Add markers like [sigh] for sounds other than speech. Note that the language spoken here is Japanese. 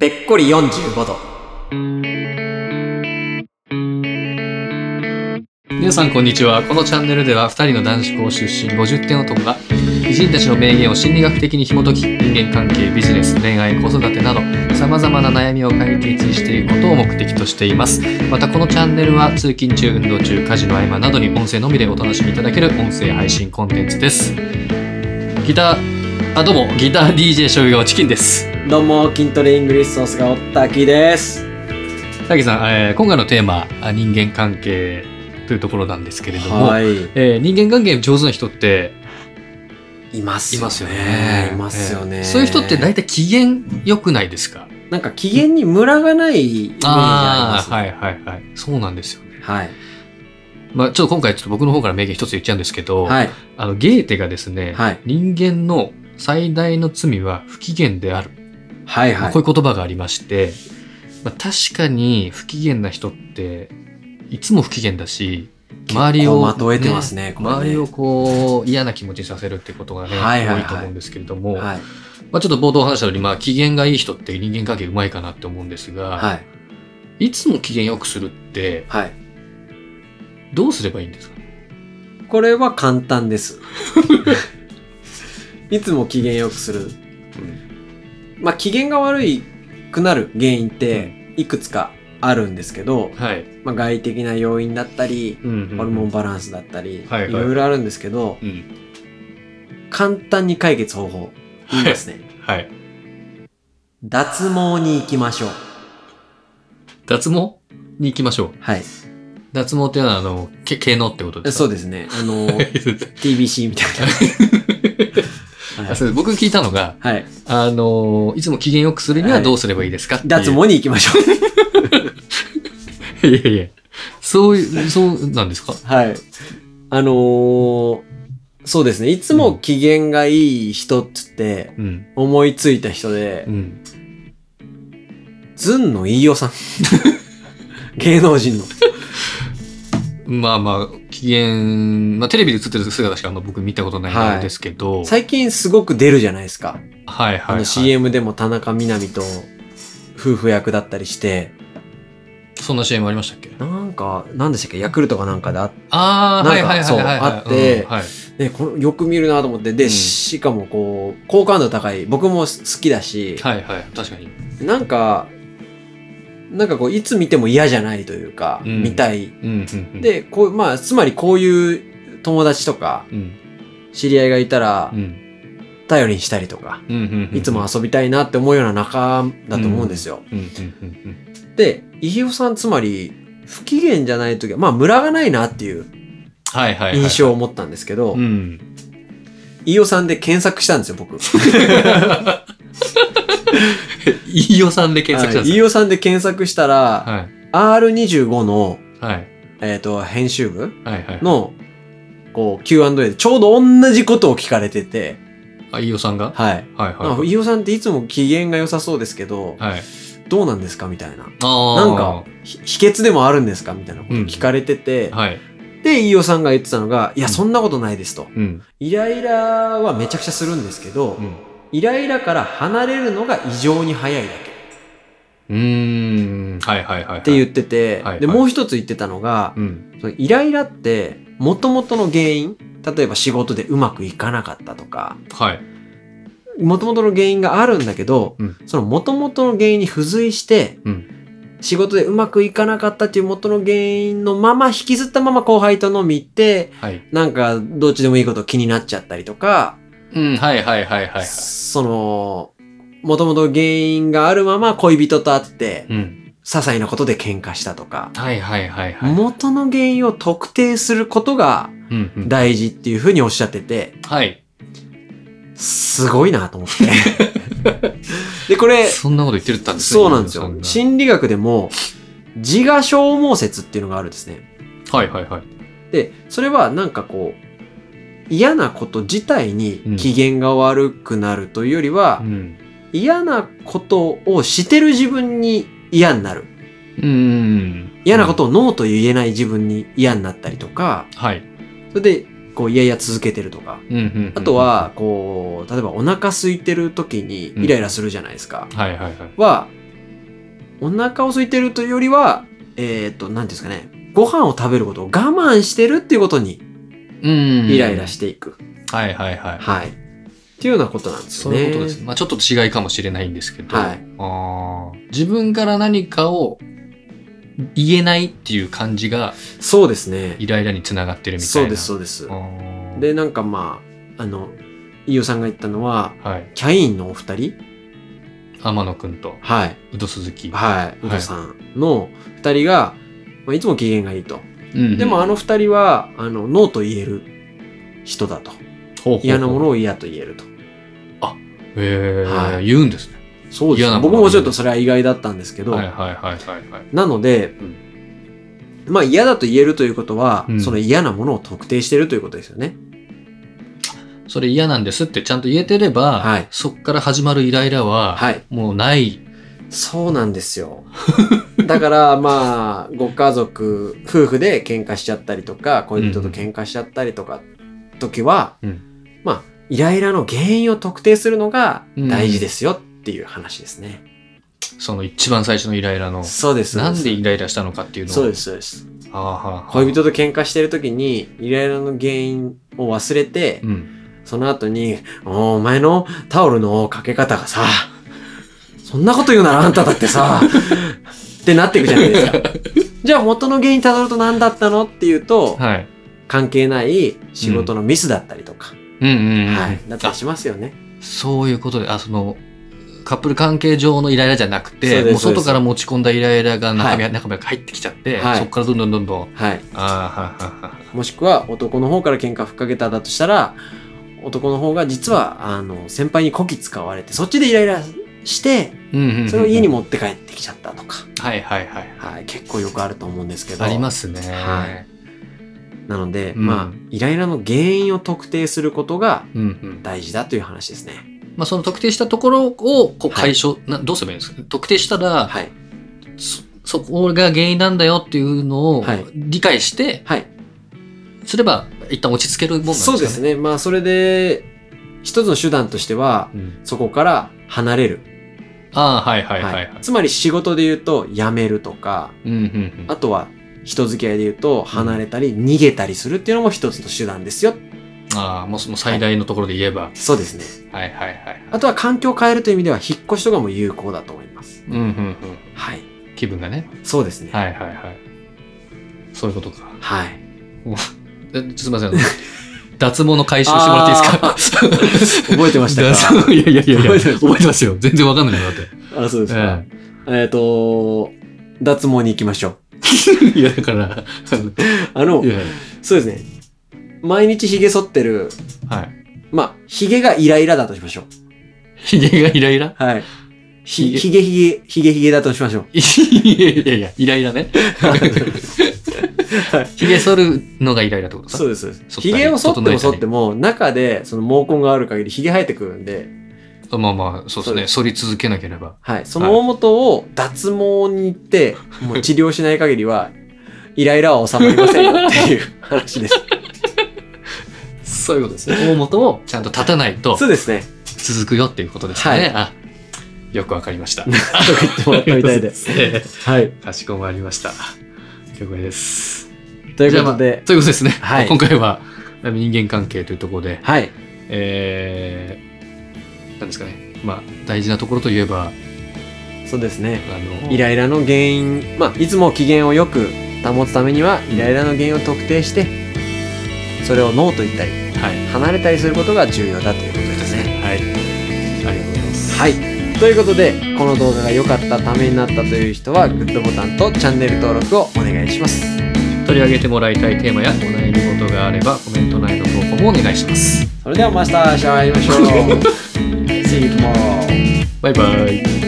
ぺっこり45度。皆さんこんにちはこのチャンネルでは2人の男子校出身50点男が偉人たちの名言を心理学的に紐解き人間関係ビジネス恋愛子育てなどさまざまな悩みを解決していくことを目的としていますまたこのチャンネルは通勤中運動中家事の合間などに音声のみでお楽しみいただける音声配信コンテンツですギターあどうもギター DJ 将棋チキンですどうも、筋トレイングリッソンスがおったきです。さきさん、えー今回のテーマあ人間関係というところなんですけれども、い。えー人間関係上手な人っていますいますよね。いますよね、えーそういう人って大体機嫌良くないですかなんか機嫌にムラがないイメージあります、ね。はいはいはい。そうなんですよね。はい。まあちょっと今回ちょっと僕の方から名言一つ言っちゃうんですけど、はい。あのゲーテがですね、はい人間の最大の罪は不機嫌である。はい。はい。こういう言葉がありまして、まあ、確かに不機嫌な人っていつも不機嫌だし、周りこを、うまとえてますね。これね周りをこう嫌な気持ちにさせるってことがね、はいはいはい多いと思うんですけれども、はい。まあ、ちょっと冒頭お話ししたように、まあ、機嫌がいい人って人間関係うまいかなって思うんですが、はい。い、つも機嫌よくするってはい。どうすればいいんですかこれは簡単です。 [laughs] いつも機嫌よくする。まあ、機嫌が悪いくなる原因って、いくつかあるんですけど、はい。まあ、外的な要因だったり、うんホルモンバランスだったり、はいはいいろいろあるんですけど、うん。簡単に解決方法、言いますね。はい。脱毛に行きましょう。脱毛に行きましょう。はい。脱毛っていうのは、あの、け毛のってことですそうでですね。あの、 [laughs] す。 TBC みた [laughs] いな。あはいそうです僕聞いたのが、はい。あの、いつも機嫌よくするにはどうすればいいですかっていう脱毛に行きましょう。いやいやいや。そういう、そうなんですかはい。あのーそうですね。いつも機嫌がいい人っつってうん。思いついた人でう、ん。ずんの飯尾 [laughs] さん。芸能人の。まあまあ、機嫌、まあテレビで映ってる姿しかあんま僕見たことないんですけど、最近すごく出るじゃないですか。はい、はいあはいの CM でも田中みな実と夫婦役だったりして、そんな CM ありましたっけなんか、なんでしたっけ、ヤクルトかなんかであっああ、なんはいかはいはいはいはい。そうあってうんはい。て、このよく見るなと思って、で、うんしかもこう、好感度高い、僕も好きだし、はいはい。確かに。なんか、なんかこう、いつ見ても嫌じゃないというか、うん見たい。うんうんうん。、で、こう、まあ、つまりこういう友達とか、うん。知り合いがいたらう、ん。頼りにしたりとか、うんうんうん。いつも遊びたいなって思うような仲だと思うんですよ。うんうんうんで、飯尾さんつまり、不機嫌じゃない時は、まあ、ムラがないなっていうはいはいはい。印象を持ったんですけど、 [laughs] うん。飯尾さんで検索したんですよ、 [laughs] 僕。飯尾さんで検索したんです飯尾さんで検索したから、はい。 R25 の、はい。えっ、と、編集部はいはい。の、こう、Q&A で、ちょうど同じことを聞かれてて、あ、飯尾さんがはい。はいなんかはい。飯尾さんっていつも機嫌が良さそうですけど、はい。どうなんですかみたいな。あなあ。んか、ひ秘訣でもあるんですかみたいなことを聞かれてて、はい。で、飯尾さんが言ってたのが、いや、うんそんなことないですと。うん。イライラはめちゃくちゃするんですけど、うん。イライラから離れるのが異常に早いだけ。うーん。はいはいはいはい。って言ってて、はいはいで、もう一つ言ってたのがう、ん。そのイライラって、元々の原因、例えば仕事でうまくいかなかったとか、はい。元々の原因があるんだけど、うんその元々の原因に付随して、う仕事でうまくいかなかったっていう元の原因のまま引きずったまま後輩と飲み行って、はい。なんかどっちでもいいこと気になっちゃったりとか、うん。はいはいはいはいはい。その、元々の原因があるまま恋人と会って、うん。些細なことで喧嘩したとか、はいはいはいはい。元の原因を特定することがうんうん。大事っていうふうにおっしゃってて、はい。すごいなと思って。 [laughs] で、これ、そんなこと言ってるったんですねそうなんです飯よ。尾さ心理学でも、自我消耗説っていうのがあるんですね。がはいはいはい。で、それはなんかこう、嫌なこと自体うんに機嫌が悪くなるというよりは、うん。嫌なことをしてる自分に嫌になる。うん。嫌なことをノーと言えない自分に嫌になったりとか、はい。それで、こう、いやいや続けてるとか。うんうんうんあと、は、こう、例えばお腹空いてる時にイライラするじゃないですか。はいはいはい。は、お腹を空いてるというよりは、えーっと、なんていうんですかね、ご飯を食べることを我慢してるっていうことにうんイライラしていく。はいはいはい。はい。っていうようなことなんですそようね。いうことですね。まあちょっと違いかもしれないんですけど、はいあー自分から何かを言えないっていう感じがそうですね。イライラにつながってるみたいそうな。です、そううです。でで、なんかまあ、あの、飯尾さんが言ったのは、す。はい。キャインのお二人天野くんとはい。宇戸鈴木。はい。ウドさんの二人が、まあ、いつも機嫌がいいと。うんでもあの二人は、あの、ノーと言える人だと。ほうほうほう嫌なものを嫌と言えると。へえ、はい言うんですね。そうです嫌なね。もの僕もちょっとそれは意外だったんですけど、はいはいはいはいはい。なので、まあ嫌だと言えるということは、うんその嫌なものを特定してるということですよね。それ嫌なんですってちゃんと言えてれば、はいそっから始まるイライラは、はい。もうない。そうなんですよ。だからまあ、ご家族、夫婦で喧嘩しちゃったりとか、恋人と喧嘩しちゃったりとか、時は、うまあ、イライラの原因を特定するのが大事ですよっていう話ですね。その一番最初のイライラの。そうです。そうなすんでイライラしたのかっていうのを。そうです、そうです。はあはあはあ恋人と喧嘩してる時に、イライラの原因を忘れて、うん。その後に、おお前のタオルのかけ方がさ、そんなこと言うならあんただってさ、ってなっていくじゃないです [laughs] か。じゃあ元の原因たどると何だったのっていうと、はい。関係ない仕事のミスだったりとか、うんうん、うん。はい、だったありしますよね。そういうことで、あ、その、カップル関係上のイライラじゃなくて、そうですもうそうで外すから持ち込んだイライラが中身、は中身が入ってきちゃって、はいそこからどんどんどんどん。はい。ああ、はいはいはい。もしくは男の方から喧嘩ふっかけただとしたら、男の方が実は、あの、先輩にこき使われて、そっちでイライラして、うんうんうんうんそれを家に。持って帰ってきちゃったとか、はいはいはい。はい、結構よくあると思うんですけど。ありますね。はいなので、うんまあ、イライラの原因を特定することがうんうん。大事だという話ですね。まあ、その特定したところをこうはい解消、などうすればいいんですか特定したら、はい。そそこが原因なんだよっていうのをはい理解して、はい。すれば一旦落ち着けるもんなんですかそね。うですね。まあ、それで、一つの手段としては、うん。そこから離れる。ああ、はいはいはいはい。つまり仕事で言うと、辞めるとか、うんうんうん。あとは、人付き合いで言うと、離れたり、逃げたりするっていうのも一つの手段ですよ。ああ、もうその最大のところで言えば。はい、そうですね。はいはいはいあとは、環境を変えるという意味では、引っ越しとかも有効だと思います。うんうんはい。うん。気分がね。そうですね。はい。はいはいはい。そういうことか。えちょっとすいま [laughs] せん。あの脱毛の回収してもらっていい [laughs] ですか覚えてましたか脱毛いやいやいやいや、覚えてます覚えてますよ。全然わかんないもんだって。あ、そうですか。ええっ、と、脱毛に行きましょう。えいや、だから、あのあのい、やいそうですね。毎日髭剃ってる、やはい。まあ、髭がイライラだとしましょう。ひげがイライラ [laughs] はい。ひ、髭髭髭、髭髭だとしましょう。いやいやいや、イライラね。ひげ剃るのがイライラってことそうか。です、そうで剃す。ったり髭を剃って整えたりも剃っても、中でその毛根がある限り髭生えてくるんで、あまあまあ、そうですそうね。です剃り続けなければ。はい。その大元を脱毛に行って、もう治療しない限りは、 [laughs] イライラは収まりませんよっていう話です。そういうことですね。大元を [laughs] ちゃんと立たないとそうですね。続くよっていうことですね。はいあよくわかりました。とか言ってもらった [laughs] みたいで。えはい。えかしこまりました。了解です。ということで、ということですね。はい今回は人間関係というところで、はい。えー、なんですかね。まあ、大事なところといえば、そうですね。あの、イライラの原因、まあ、いつも機嫌をよく保つためにはイライラの原因を特定してそれをノーと言ったりはい。離れたりすることが重要だということですね。はい。ありがとうございます。はいということでこの動画が良かったためになったという人はグッドボタンとチャンネル登録をお願いします。取り上げてもらいたいテーマやお悩み事があれば、コメント内の投稿もお願いします。 [laughs] それではまた明日会いましょう。See you tomorrow. バイバイ。